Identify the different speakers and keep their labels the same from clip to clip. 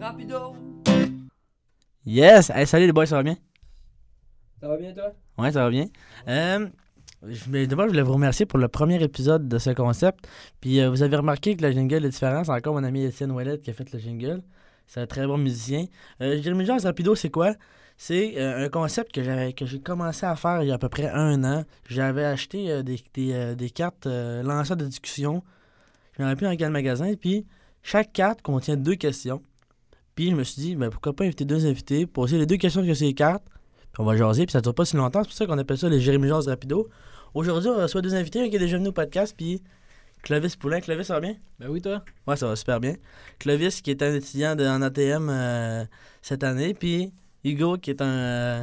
Speaker 1: Rapido.
Speaker 2: Yes! Hey, salut les boys, ça va bien?
Speaker 1: Ça va bien, toi?
Speaker 2: Ouais, ça va bien. Euh, je voulais- D'abord, je voulais vous remercier pour le premier épisode de ce concept. Puis euh, vous avez remarqué que le jingle est différent. C'est encore mon ami Étienne Ouellet qui a fait le jingle. C'est un très bon musicien. Euh, Jeremy Jones Rapido, c'est quoi? C'est euh, un concept que j'avais que j'ai commencé à faire il y a à peu près un an. J'avais acheté euh, des, des, euh, des cartes euh, lanceurs de discussion. Je m'en rappelle dans quel magasin. Puis chaque carte contient deux questions. Puis je me suis dit, ben, pourquoi pas inviter deux invités, poser les deux questions que ces cartes. Puis on va jaser, puis ça dure pas si longtemps. C'est pour ça qu'on appelle ça les Jérémy Jase Rapido. Aujourd'hui, on reçoit deux invités, un qui est déjà venu au podcast, puis Clovis Poulain. Clovis, ça va bien?
Speaker 3: Ben oui, toi.
Speaker 2: Ouais, ça va super bien. Clovis, qui est un étudiant de, en ATM euh, cette année, puis Hugo, qui est un... euh,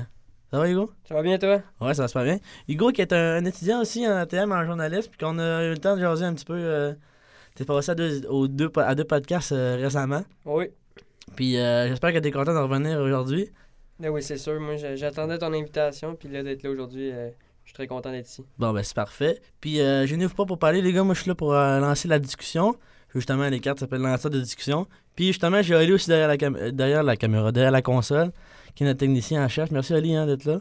Speaker 2: Ça va, Hugo?
Speaker 1: Ça va bien, toi?
Speaker 2: Ouais, ça va super bien. Hugo, qui est un, un étudiant aussi en ATM, en journaliste, puis qu'on a eu le temps de jaser un petit peu... euh, T'es passé à deux, aux deux, po- à deux podcasts euh, récemment,
Speaker 1: Oh Oui.
Speaker 2: puis euh, j'espère que t'es content de revenir aujourd'hui.
Speaker 1: Ben oui, c'est sûr. Moi, je- j'attendais ton invitation, puis là, d'être là aujourd'hui, euh, je suis très content d'être ici.
Speaker 2: Bon, ben c'est parfait. Puis, euh, gênez-vous pas pour parler, les gars. Moi, je suis là pour euh, lancer la discussion. Justement, les cartes s'appellent lanceur de discussion. Puis, justement, j'ai Oli aussi derrière la, cam- euh, derrière la caméra, derrière la console, qui est notre technicien en chef. Merci, Oli, hein, d'être là.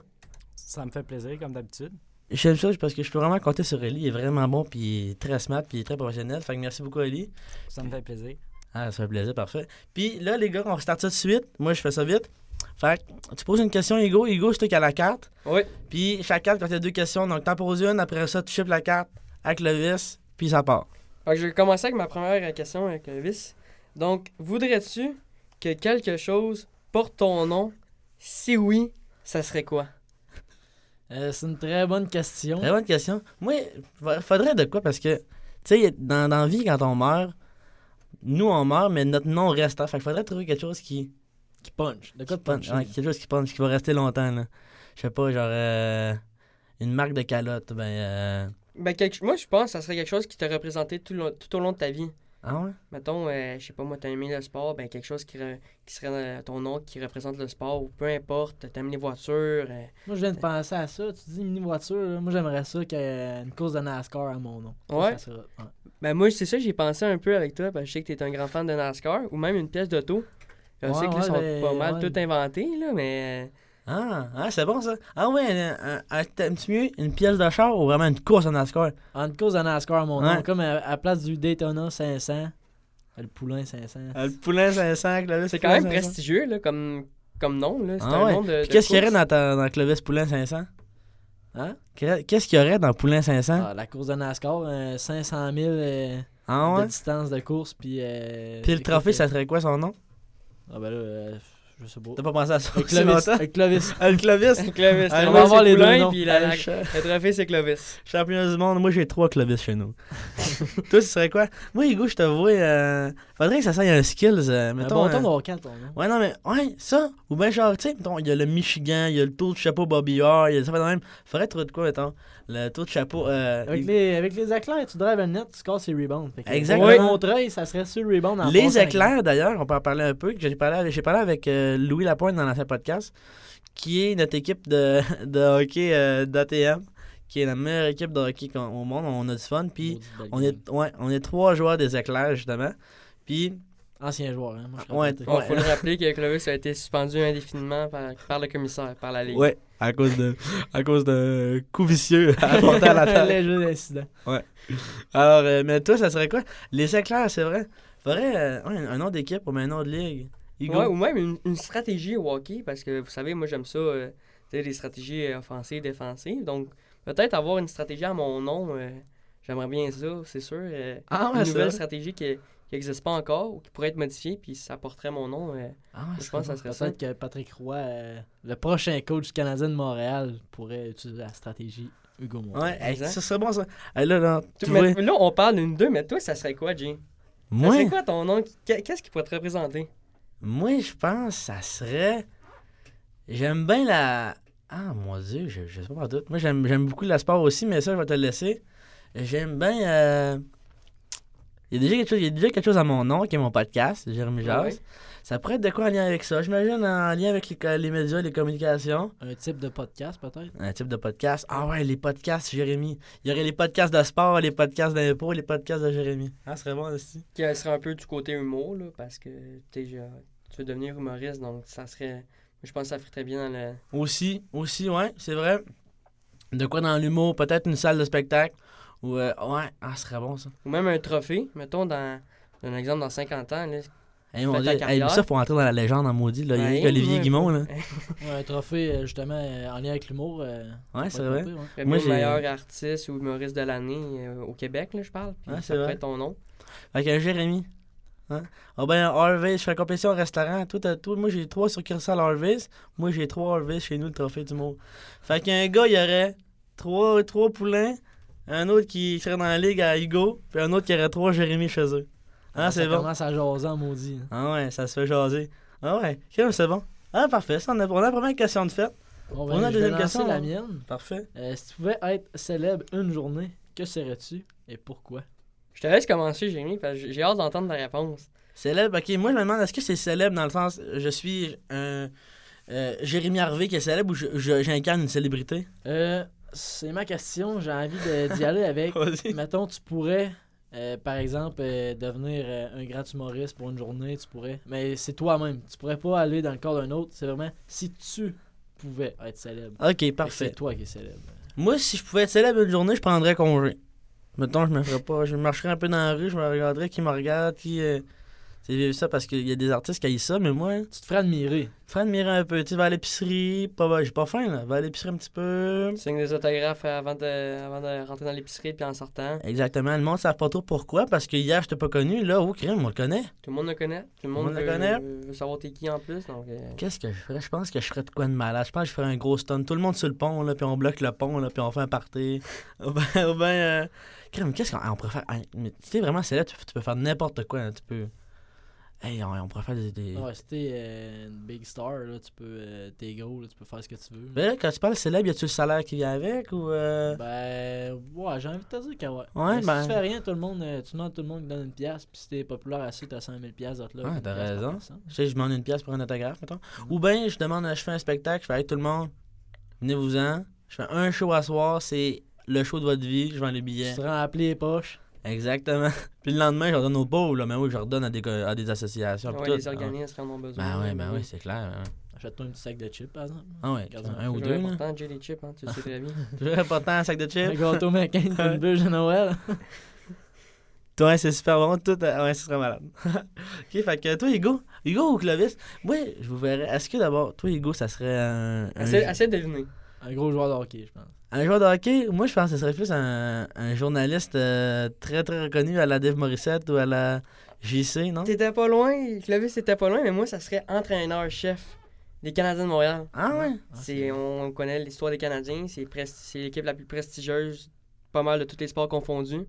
Speaker 3: Ça me fait plaisir, comme d'habitude.
Speaker 2: J'aime ça parce que je peux vraiment compter sur Oli. Il est vraiment bon, puis il est très smart, puis il est très professionnel. Fait que merci beaucoup, Oli.
Speaker 3: Ça me fait plaisir.
Speaker 2: Ah, ça fait plaisir, parfait. Puis là, les gars, on restart ça tout de suite. Moi, je fais ça vite. Fait que tu poses une question, Hugo. Hugo, c'est toi qui as la carte.
Speaker 1: Oui.
Speaker 2: Puis chaque carte, quand il y a deux questions, donc t'en poses une, après ça, tu chips la carte avec le vis, puis ça part.
Speaker 1: Fait que je vais commencer avec ma première euh, question avec le vice. Donc, voudrais-tu que quelque chose porte ton nom? Si oui, ça serait quoi?
Speaker 3: Euh, c'est une très bonne question.
Speaker 2: Très bonne question. Moi, fa- faudrait de quoi parce que, tu sais, y a- dans, dans la vie, quand on meurt, nous, on meurt, mais notre nom reste. hein. Fait qu'il faudrait trouver quelque chose qui.
Speaker 3: Qui punch. De quoi de
Speaker 2: qui punch, ouais, quelque chose qui punch, qui va rester longtemps, là. Je sais pas, genre. euh, une marque de calotte, ben. euh,
Speaker 1: Ben, quelque... moi, je pense que ça serait quelque chose qui t'a représenté tout, lo- tout au long de ta vie.
Speaker 2: Ah ouais?
Speaker 1: Mettons, euh, je sais pas, moi, t'as aimé le sport, ben quelque chose qui, re- qui serait dans ton nom qui représente le sport, ou peu importe, t'aimes les voitures. euh,
Speaker 3: Moi, je viens de penser à ça. Tu dis mini voiture. là. Moi, j'aimerais ça qu'il y ait une course de NASCAR à mon nom. Ça,
Speaker 1: Ouais.
Speaker 3: ça serait- ouais.
Speaker 1: Ben moi, c'est ça, j'ai pensé un peu avec toi, parce que je sais que t'es un grand fan de NASCAR, ou même une pièce d'auto. Je
Speaker 3: Ouais,
Speaker 1: sais que là,
Speaker 3: ouais,
Speaker 1: sont
Speaker 3: ben,
Speaker 1: pas mal
Speaker 3: ouais.
Speaker 1: tout inventé, là, mais...
Speaker 2: Ah, ah c'est bon ça. Ah ouais, un- un- un- t'aimes-tu mieux une pièce de char ou vraiment une course en NASCAR?
Speaker 3: En Ah, une course de NASCAR à mon
Speaker 2: Ouais.
Speaker 3: nom. Comme à, à place du Daytona 500. Le poulain 500.
Speaker 2: Euh, le poulain 500, Clovis.
Speaker 1: C'est quand même
Speaker 2: poulain 500.
Speaker 1: prestigieux, là, comme, comme nom, là. C'est
Speaker 2: Ah
Speaker 1: un
Speaker 2: ouais.
Speaker 1: nom de...
Speaker 2: Puis
Speaker 1: de
Speaker 2: qu'est-ce qu'il y aurait
Speaker 1: course.
Speaker 2: dans, ta- dans Clovis Poulain 500?
Speaker 3: Hein?
Speaker 2: Qu'est- Qu'est-ce qu'il y aurait dans Poulain 500?
Speaker 3: Ah, la course de NASCAR, euh, 500 000 euh,
Speaker 2: Ah ouais?
Speaker 3: de distance de course. Puis, euh,
Speaker 2: Puis le
Speaker 3: écoute,
Speaker 2: trophée,
Speaker 3: euh,
Speaker 2: ça serait quoi son nom?
Speaker 3: Ah, ben là, euh, je sais pas.
Speaker 2: T'as pas pensé à ça
Speaker 3: Un
Speaker 2: aussi longtemps?
Speaker 3: un Clovis.
Speaker 2: Ah, le Clovis?
Speaker 1: Clovis,
Speaker 2: Ah,
Speaker 1: le
Speaker 2: on
Speaker 1: nom,
Speaker 2: va
Speaker 1: c'est
Speaker 3: avoir les deux
Speaker 1: Poulain,
Speaker 3: noms.
Speaker 1: puis la-
Speaker 2: Ah,
Speaker 1: la-
Speaker 2: le cha-
Speaker 1: le trophée, c'est Clovis.
Speaker 2: Champion du monde, moi j'ai trois Clovis chez nous. Toi, ce serait quoi? Moi, Hugo, je te vois. euh, Faudrait que ça soit un skills. euh,
Speaker 3: Un
Speaker 2: mettons,
Speaker 3: bon ton
Speaker 2: euh,
Speaker 3: d'avoir quatre, ton nom.
Speaker 2: Ouais, non, mais ouais, ça. Ou bien, genre, tu sais, mettons, il y a le Michigan, il y a le tour de chapeau Bobby Orr, il y a ça, fait de même. Faudrait trouver de quoi, mettons. Le tour de chapeau. euh,
Speaker 3: Avec
Speaker 2: il-
Speaker 3: les, avec les éclairs, tu drives un net, tu scores ses rebounds. Fait que
Speaker 2: Exactement.
Speaker 3: pour Montreuil, ça serait sur le rebound en
Speaker 2: Les
Speaker 3: passant.
Speaker 2: éclairs, d'ailleurs, on peut en parler un peu. que J'ai parlé, j'ai parlé avec euh, Louis Lapointe dans l'ancien podcast, qui est notre équipe de, de hockey euh, d'ATM, qui est la meilleure équipe de hockey qu'on- au monde. On a du fun. Puis,
Speaker 3: Maudite belle
Speaker 2: on
Speaker 3: game.
Speaker 2: est, ouais, on est trois joueurs des éclairs, justement. Puis,
Speaker 3: Ancien joueur, hein. Moi, je serais
Speaker 2: Ouais,
Speaker 3: pas-
Speaker 1: Bon, faut le rappeler que Clovis a été suspendu indéfiniment par, par le commissaire, par la Ligue.
Speaker 2: ouais, à cause de, à cause de coups vicieux apportés à la table.
Speaker 3: Les jeux d'incident.
Speaker 2: Alors, euh, mais toi, ça serait quoi? Les éclairs, c'est vrai. Faudrait euh, ouais, un nom d'équipe ou bien un nom de ligue. Hugo.
Speaker 1: Ouais, ou même une, une stratégie au hockey, parce que vous savez, moi j'aime ça, euh, tu sais, les stratégies euh, offensives, défensives. Donc, peut-être avoir une stratégie à mon nom, euh, j'aimerais bien ça, c'est sûr. euh,
Speaker 2: ah,
Speaker 1: une
Speaker 2: ouais, c'est
Speaker 1: nouvelle
Speaker 2: vrai.
Speaker 1: stratégie qui n'existe pas encore, ou qui pourrait être modifiée, puis ça porterait mon nom. euh,
Speaker 2: Ah, ouais,
Speaker 1: je
Speaker 2: c'est
Speaker 1: pense que ça serait ça.
Speaker 3: Peut-être que Patrick Roy, euh, le prochain coach du Canadien de Montréal, pourrait utiliser la stratégie Hugo Montreuil.
Speaker 2: Ouais, hey,
Speaker 1: Exact.
Speaker 2: ça serait bon ça. Hey, là, là, tu
Speaker 1: Tu-
Speaker 2: vois,
Speaker 1: mais là, on parle d'une deux, mais toi, ça serait quoi, Jay? Ça
Speaker 2: moi,
Speaker 1: serait quoi ton nom? qui- qu'est- Qu'est-ce qui pourrait te représenter?
Speaker 2: moi je pense que ça serait. J'aime bien la. Ah mon dieu, je, je sais pas tout. Moi j'aime j'aime beaucoup le sport aussi, mais ça je vais te le laisser. J'aime bien. euh, Il, y a déjà quelque chose, il y a déjà quelque chose à mon nom qui est mon podcast, Jérémy Jazz.
Speaker 1: Ouais.
Speaker 2: Ça pourrait être de quoi en lien avec ça? J'imagine en lien avec les, co- les médias, les communications.
Speaker 3: Un type de podcast, peut-être.
Speaker 2: Un type de podcast. Ah ouais, les podcasts, Jérémy. Il y aurait les podcasts de sport, les podcasts d'impôts,
Speaker 1: euh,
Speaker 2: les podcasts de Jérémy. Ah, ce serait bon aussi.
Speaker 1: Qui serait un peu du côté humour, là, parce que tu sais, je- tu veux devenir humoriste, donc ça serait. Je pense que ça ferait très bien dans le.
Speaker 2: Aussi, aussi, ouais, c'est vrai. De quoi dans l'humour, peut-être une salle de spectacle. Ou, euh, ouais, ah, ce serait bon ça.
Speaker 1: Ou même un trophée, mettons, dans. Un exemple, dans 50 ans, là.
Speaker 2: Hey, mon
Speaker 1: Fais ta
Speaker 2: Dieu, hey,
Speaker 1: carrière.
Speaker 2: mais ça, faut entrer dans la légende en maudit. Là. Il y a
Speaker 1: Ouais,
Speaker 2: juste Olivier
Speaker 1: ouais,
Speaker 2: Guimond, là.
Speaker 3: Ouais, un trophée, euh, justement, euh, en lien avec l'humour. euh,
Speaker 2: Ouais, c'est
Speaker 3: pas
Speaker 2: vrai.
Speaker 3: trompé, ouais.
Speaker 1: Serait
Speaker 2: Moi,
Speaker 1: bien le
Speaker 2: j'ai-
Speaker 1: meilleur artiste ou humoriste de l'année euh, au Québec, là, je parle. Puis
Speaker 2: Ouais, c'est
Speaker 1: ça pourrait
Speaker 2: vrai.
Speaker 1: être ton nom.
Speaker 2: Fait que Jérémy. Hein? Ah ben, Harvey, je fais compétition au restaurant. Toi, t'as- toi, moi, j'ai trois succursales Harvey's. Moi, j'ai trois Harvey's chez nous, le trophée du mot. Fait qu'un gars, il y aurait trois, trois poulains, un autre qui serait dans la ligue à Hugo, puis un autre qui aurait trois Jérémy chez eux. Ah,
Speaker 3: Ça
Speaker 2: c'est bon.
Speaker 3: commence à jaser en maudit. hein.
Speaker 2: Ah ouais, ça se fait jaser. Ah ouais, crème, c'est bon. Ah, parfait. Ça, on a, on a la première question de fête.
Speaker 3: Bon,
Speaker 2: On a
Speaker 3: ben,
Speaker 2: la
Speaker 3: je vais
Speaker 2: deuxième
Speaker 3: lancer
Speaker 2: question,
Speaker 3: la
Speaker 2: hein.
Speaker 3: mienne.
Speaker 2: Parfait.
Speaker 3: Euh, si tu pouvais être célèbre une journée, que serais-tu et pourquoi?
Speaker 1: Je te laisse commencer, Jérémy, parce que j'ai- j'ai hâte d'entendre ta réponse.
Speaker 2: Célèbre, ok. Moi, je me demande, est-ce que c'est célèbre dans le sens, je suis un euh, Jérémy Harvey qui est célèbre ou je- je- j'incarne une célébrité?
Speaker 3: Euh, c'est ma question. J'ai envie de- d'y aller avec.
Speaker 2: Vas-y.
Speaker 3: Mettons, tu pourrais, euh, par exemple, euh, devenir euh, un grand humoriste pour une journée, tu pourrais. Mais c'est toi-même. Tu pourrais pas aller dans le corps d'un autre. C'est vraiment si tu pouvais être célèbre.
Speaker 2: Ok,
Speaker 3: Fait que
Speaker 2: parfait.
Speaker 3: C'est toi qui es célèbre.
Speaker 2: Moi, si je pouvais être célèbre une journée, je prendrais congé. Mettons, je me ferais pas. Je marcherais un peu dans la rue, je me regarderais qui me regarde, qui. euh, C'est ça parce qu'il y a des artistes qui haïssent ça, mais moi, hein,
Speaker 3: Tu te ferais admirer.
Speaker 2: fais admirer un peu. Tu sais, va à l'épicerie, pas, j'ai pas faim là, va à l'épicerie un petit peu.
Speaker 1: Tu signes des autographes avant de, avant de rentrer dans l'épicerie puis en sortant.
Speaker 2: Exactement, le monde ne savent pas trop pourquoi, parce que hier, je t'ai pas connu, là, au crime, on le connaît.
Speaker 1: Tout le monde le connaît. Tout le
Speaker 2: monde
Speaker 1: monde,
Speaker 2: le
Speaker 1: veut-
Speaker 2: connaît.
Speaker 1: veut savoir t'es qui en plus. Donc, euh,
Speaker 2: Qu'est-ce que je ferais? Je pense que je ferais de quoi de malade. Je pense que je ferais un gros stun. Tout le monde sur le pont, là, puis on bloque le pont, là, puis on fait un party. Ou ben, ou ben, euh, crème, qu'est-ce qu'on ah, on pourrait faire? Ah, mais tu sais, vraiment, c'est là, tu, tu peux faire n'importe quoi. là. tu peux... Hey, on, on pourrait faire des... des-
Speaker 3: Ouais, si t'es euh, une big star, là, tu peux, euh, t'es gros, là, tu peux faire ce que tu veux.
Speaker 2: Mais là, quand tu parles célèbre, y a-tu le salaire qui vient avec, ou... Ben, euh,
Speaker 3: Ben, ouais, j'ai envie de te dire que ouais.
Speaker 2: Ouais,
Speaker 3: Mais si
Speaker 2: ben-
Speaker 3: tu fais rien, tout le monde, euh, tu demandes à tout le monde qui donne une pièce, puis si t'es populaire assez, t'as 100 000 pièces, d'autres là.
Speaker 2: Ouais,
Speaker 3: une
Speaker 2: t'as
Speaker 3: pièce par
Speaker 2: raison.
Speaker 3: personne.
Speaker 2: Je sais, je demande une pièce pour un autographe, mettons. Ou bien, je demande, je fais un spectacle, je fais avec tout le monde, venez-vous-en. Je fais un show à soir, c'est le show de votre vie, je vends les billets.
Speaker 3: Tu te rends à appeler les poches.
Speaker 2: Exactement. Puis le lendemain, je redonne aux pauvres, là, mais oui, je redonne à des, co- à des associations.
Speaker 1: ouais,
Speaker 2: puis tout.
Speaker 1: les organismes en ont besoin.
Speaker 2: Ah, ben oui, ben oui, c'est clair. ben oui.
Speaker 3: Achète-toi un petit sac de chips, par exemple.
Speaker 2: Ah ouais,
Speaker 3: Garde-en.
Speaker 2: un ou
Speaker 1: C'est
Speaker 2: deux. là.
Speaker 1: important, j'ai les chips, hein, tu le sais très bien.
Speaker 2: Toujours important, un sac de
Speaker 3: Un
Speaker 2: chips.
Speaker 3: gâteau McCain pour une bûche de Noël.
Speaker 2: Toi, c'est super bon. Tout, euh, ouais, ce serait malade. ok, fait que toi, Hugo, Hugo ou Clovis, oui, je vous verrais. Est-ce que d'abord, toi, Hugo, ça serait un, un,
Speaker 1: Assez, assez deviné.
Speaker 3: Un gros joueur de hockey, je pense.
Speaker 2: un joueur de hockey Moi, je pense que ce serait plus un, un journaliste euh, très, très reconnu à la Dave Morissette ou à la JC, non
Speaker 1: T'étais pas loin, Clovis était pas loin, mais moi, ça serait entraîneur-chef des Canadiens de Montréal.
Speaker 2: Ah ouais
Speaker 3: Ah,
Speaker 1: C'est, on connaît l'histoire des Canadiens, c'est, pres- c'est l'équipe la plus prestigieuse, pas mal de tous les sports confondus.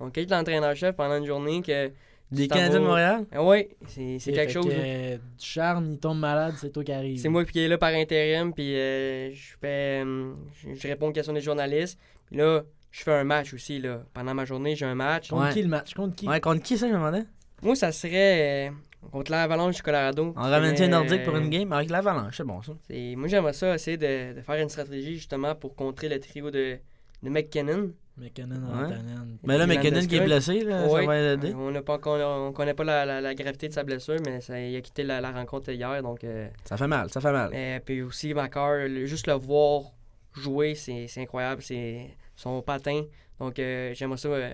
Speaker 1: Donc, être l'entraîneur-chef pendant une journée que.
Speaker 2: Des
Speaker 1: t'en
Speaker 2: Canadiens de
Speaker 1: vas-
Speaker 2: Montréal
Speaker 1: Ah ouais, c'est, c'est
Speaker 3: Ok,
Speaker 1: quelque
Speaker 3: fait
Speaker 1: chose.
Speaker 3: que,
Speaker 2: hein.
Speaker 1: là.
Speaker 3: euh, du charme, il tombe malade, c'est toi qui arrive.
Speaker 1: C'est moi qui est là par intérim, puis euh, je fais. euh, je je réponds aux questions des journalistes. Puis là, je fais un match aussi, là. Pendant ma journée, j'ai un match.
Speaker 3: Contre
Speaker 2: Ouais.
Speaker 3: qui le match Contre qui
Speaker 2: Ouais, contre qui ça, je me demandais
Speaker 1: Moi, ça serait. euh, contre l'Avalanche du Colorado.
Speaker 2: On ramène-tu un
Speaker 1: Mais,
Speaker 2: Nordique pour une
Speaker 1: euh,
Speaker 2: game avec l'avalanche, c'est bon ça.
Speaker 1: c'est- Moi, j'aimerais ça essayer de, de faire une stratégie, justement, pour contrer le trio de, de McKinnon.
Speaker 3: McKinnon,
Speaker 2: Ouais.
Speaker 3: Rantanen.
Speaker 2: Mais là,
Speaker 1: Puis
Speaker 2: McKinnon qui est
Speaker 1: Landeskog.
Speaker 2: blessé, là, ça
Speaker 1: Ouais.
Speaker 2: va l'aider.
Speaker 1: On ne connaît pas la, la- la gravité de sa blessure, mais ça, il a quitté la, la rencontre hier. Donc, euh,
Speaker 2: Ça fait mal, ça fait mal.
Speaker 1: euh, puis aussi, Makar, le- juste le voir jouer, c'est c'est incroyable. C'est son patin. Donc, euh, j'aimerais ça euh,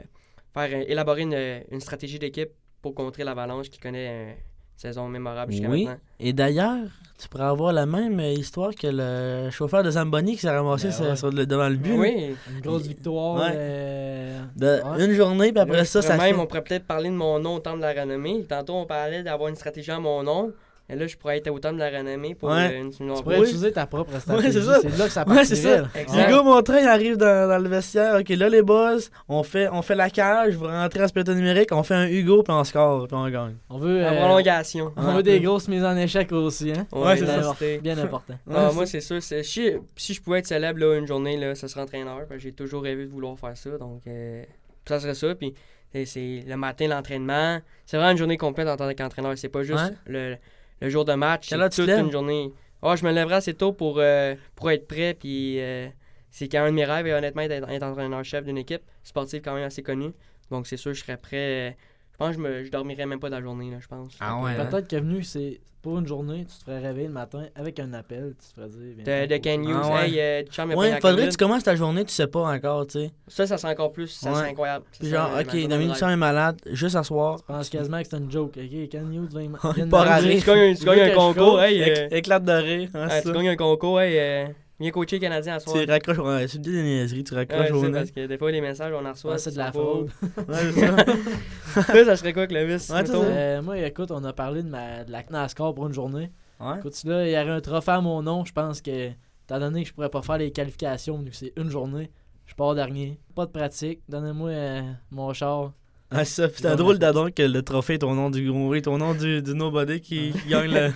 Speaker 1: faire euh, élaborer une, une stratégie d'équipe pour contrer l'Avalanche qui connaît euh, une saison mémorable jusqu'à
Speaker 2: Oui.
Speaker 1: maintenant.
Speaker 2: Et d'ailleurs, tu pourrais avoir la même euh, histoire que le chauffeur de Zamboni qui s'est ramassé
Speaker 3: Ben
Speaker 2: sur-
Speaker 3: ouais.
Speaker 2: sur le- devant le but. là.
Speaker 1: Oui.
Speaker 3: Une grosse victoire.
Speaker 2: Ouais.
Speaker 3: euh,
Speaker 2: De-
Speaker 3: ouais.
Speaker 2: Une journée, puis après
Speaker 1: Là,
Speaker 2: ça,
Speaker 1: je
Speaker 2: ça
Speaker 1: pourrais même,
Speaker 2: fait...
Speaker 1: on pourrait peut-être parler de mon nom au temps de la renommée. Tantôt, on parlait d'avoir une stratégie à mon nom. Et là, je pourrais être au temps de la renommée pour
Speaker 2: Ouais.
Speaker 1: euh, une, une-
Speaker 3: Tu pourrais
Speaker 2: Oui.
Speaker 3: utiliser ta propre stratégie.
Speaker 2: c'est ça.
Speaker 3: c'est de là que ça
Speaker 2: Ouais, c'est
Speaker 3: partirait.
Speaker 2: ça.
Speaker 3: là.
Speaker 1: Exact.
Speaker 2: Hugo Montrain il arrive dans, dans le vestiaire. OK, là, les boss, on fait, on fait la cage, vous rentrez à ce plateau numérique, on fait un Hugo, puis on score, puis on gagne.
Speaker 3: On veut,
Speaker 1: La
Speaker 3: euh,
Speaker 1: prolongation.
Speaker 3: on veut des grosses mises en échec aussi. Hein?
Speaker 1: On
Speaker 2: Ouais,
Speaker 1: va
Speaker 2: c'est
Speaker 1: les
Speaker 2: ça.
Speaker 1: avorter.
Speaker 3: Bien important.
Speaker 1: Ah, moi, c'est sûr. c'est- Si, si je pouvais être célèbre là, une journée, là, ça serait entraîneur. parce que J'ai toujours rêvé de vouloir faire ça. Donc, euh, ça serait ça. Puis, c'est- c'est le matin, l'entraînement. C'est vraiment une journée complète en tant qu'entraîneur. C'est pas juste
Speaker 2: Ouais.
Speaker 1: le, le jour de match.
Speaker 2: Quelle heure
Speaker 1: C'est
Speaker 2: tu te
Speaker 1: toute
Speaker 2: lèves?
Speaker 1: une journée. Ah, je me lèverai assez tôt pour, euh, pour être prêt. Puis, euh, c'est quand même un de mes rêves, et honnêtement, d'être être entraîneur-chef d'une équipe sportive quand même assez connue. Donc, c'est sûr, je serais prêt. euh, Je pense que je, me, je dormirais même pas de la journée, là, je pense.
Speaker 2: Ah ouais. hein?
Speaker 3: Peut-être que venu, c'est pour une journée, tu te ferais réveiller le matin avec un appel, tu te ferais dire. viens
Speaker 1: De, de
Speaker 3: t'en
Speaker 1: Ken
Speaker 3: poser.
Speaker 1: News,
Speaker 2: Ah ouais.
Speaker 1: hey, euh, Chum, il a pas eu
Speaker 2: Ouais,
Speaker 1: la
Speaker 2: faudrait
Speaker 1: COVID.
Speaker 2: que tu commences ta journée, tu sais pas encore, tu sais.
Speaker 1: Ça, ça sent encore plus, ça
Speaker 2: Ouais.
Speaker 1: c'est incroyable. Ça,
Speaker 2: Puis
Speaker 1: c'est
Speaker 2: genre,
Speaker 1: ma- ma
Speaker 2: ok,
Speaker 1: journée
Speaker 2: Dominique
Speaker 1: live.
Speaker 2: Duchamp est malade, juste s'asseoir.
Speaker 3: Je pense quasiment que c'est une joke. Ok, Ken News vient
Speaker 2: Il
Speaker 3: vient de
Speaker 2: part à
Speaker 3: m'arriver.
Speaker 2: rire.
Speaker 1: Tu gagnes un- tu gagnes un concours, hey, euh,
Speaker 2: Oh, Éc- Éclate de rire, hein,
Speaker 1: ah,
Speaker 2: c'est
Speaker 1: tu
Speaker 2: ça.
Speaker 1: gagnes un concours, hey, euh, viens coacher Canadien à soir.
Speaker 2: Tu raccroches, ouais, c'est une petite niaiserie, tu
Speaker 1: Ouais,
Speaker 2: raccroches au
Speaker 1: c'est
Speaker 2: nez.
Speaker 1: parce que des fois, les messages, on en reçoit.
Speaker 3: Ouais, c'est de la
Speaker 1: sont pas-
Speaker 3: faute.
Speaker 2: Ouais, c'est ça.
Speaker 1: Ça, ça serait quoi que le vice?
Speaker 2: Ouais, tu
Speaker 1: mettons?
Speaker 2: sais.
Speaker 3: Euh, moi, écoute, on a parlé de, ma, de la NASCAR pour une journée.
Speaker 2: Ouais.
Speaker 3: Écoute, si là, il y aurait un trophée à mon nom, je pense que, étant donné que je pourrais pas faire les qualifications, vu que c'est une journée, je pars dernier. Pas de pratique, donnez-moi euh, mon char.
Speaker 2: Ah, c'est ça. Puis c'est un
Speaker 3: Bon,
Speaker 2: drôle d'adon que le trophée est ton nom du gros, ton nom du, du nobody qui, qui gagne le,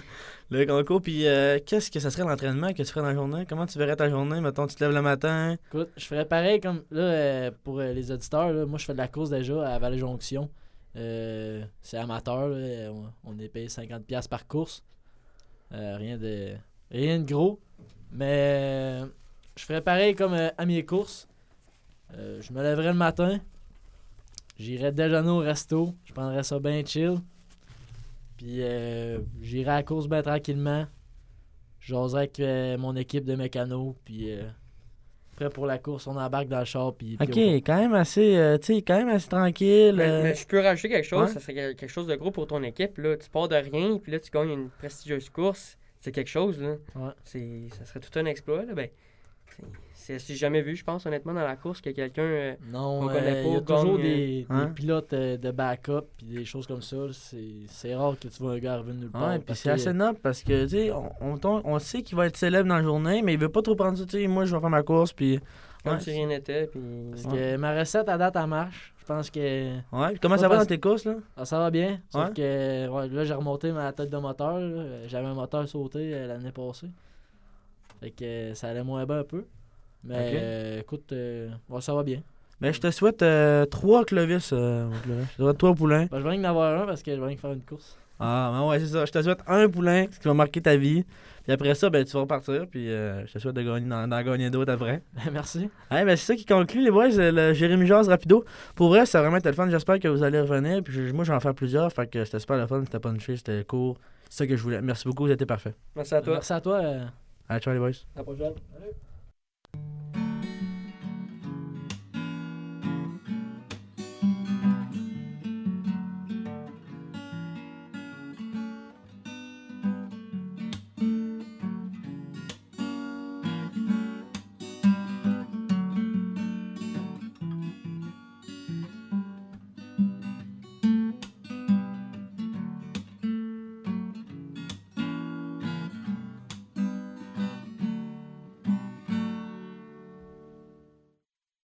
Speaker 2: le concours. Puis euh, qu'est-ce que ça serait l'entraînement que tu ferais dans la journée? Comment tu verrais ta journée? Mettons, tu te lèves le matin.
Speaker 3: Écoute, je ferais pareil comme là euh, pour euh, les auditeurs. là, moi, je fais de la course déjà à Valley Jonction. Euh, c'est amateur. là, on, on est payé 50$ par course. Euh, rien de rien de gros. Mais euh, je ferais pareil comme euh, à mes courses. Euh, je me lèverais le matin. J'irais déjeuner au resto. Je prendrais ça bien chill. Puis euh, j'irais à la course bien tranquillement. J'oserais avec euh, mon équipe de mécano. Puis euh, prêt pour la course, on embarque dans le char. Puis, puis
Speaker 2: Ok,
Speaker 3: on-
Speaker 2: quand même assez, euh, tu sais, quand même assez tranquille.
Speaker 1: Mais-
Speaker 2: euh,
Speaker 1: mais je peux rajouter quelque chose,
Speaker 2: ouais.
Speaker 1: ça serait quel- quelque chose de gros pour ton équipe. Là. Tu pars de rien, puis là, tu gagnes une prestigieuse course. C'est quelque chose, là.
Speaker 3: Ouais.
Speaker 1: C'est, ça serait tout un exploit, là. Ben, c'est- c'est, c'est jamais vu, je pense, honnêtement, dans la course, que quelqu'un. euh,
Speaker 3: Non,
Speaker 1: On connaît
Speaker 3: euh,
Speaker 1: pas,
Speaker 3: il y a
Speaker 1: gagne,
Speaker 3: toujours
Speaker 1: euh,
Speaker 3: des, des
Speaker 2: hein?
Speaker 3: pilotes euh, de backup puis des choses comme ça. là. C'est c'est rare que tu vois un gars arriver de nulle part.
Speaker 2: Ouais, puis
Speaker 3: parce
Speaker 2: c'est
Speaker 3: que-
Speaker 2: assez noble parce que, tu sais, on, on, tombe- on sait qu'il va être célèbre dans la journée, mais il veut pas trop prendre ça. Tu sais, moi, je vais faire ma course, puis.
Speaker 1: comme
Speaker 2: Ouais.
Speaker 1: si rien n'était, puis.
Speaker 3: parce
Speaker 2: hein.
Speaker 3: que ma recette à date, elle marche. Je pense que
Speaker 2: Ouais, puis comment
Speaker 3: Pas
Speaker 2: ça va dans
Speaker 3: parce-
Speaker 2: tes courses, là?
Speaker 3: ah, ça va bien. Sauf
Speaker 2: Ouais.
Speaker 3: que ouais, là, j'ai remonté ma tête de moteur. là. J'avais un moteur sauté euh, l'année passée. Fait que euh, ça allait moins bien un peu. Mais
Speaker 2: Ok.
Speaker 3: euh, écoute, euh, ouais, ça va bien.
Speaker 2: Ben, je te souhaite euh, trois Clovis, euh, mon Clovis. Je te souhaite trois poulains.
Speaker 3: Ben, je vais rien en avoir un parce que je vais rien que faire une course.
Speaker 2: Ah, ben ouais, c'est ça. Je te souhaite un poulain ce qui va marquer ta vie. Puis après ça, ben, tu vas repartir. Puis euh, je te souhaite de gagner, d'en d'en gagner d'autres après.
Speaker 3: Ben, Merci.
Speaker 2: Ouais, ben, c'est ça qui conclut, les boys. euh, Le Jérémy Jazz Rapido. Pour vrai, ça a vraiment été le fun. J'espère que vous allez revenir. Puis je- moi, j'en vais en faire plusieurs. Fait que c'était super le fun. C'était punché, c'était court. C'est ça que je voulais. Merci beaucoup, vous étiez parfait.
Speaker 1: Merci à toi.
Speaker 3: Merci à toi. euh,
Speaker 2: Allez, ciao, les boys.
Speaker 1: À la prochaine.
Speaker 3: Salut.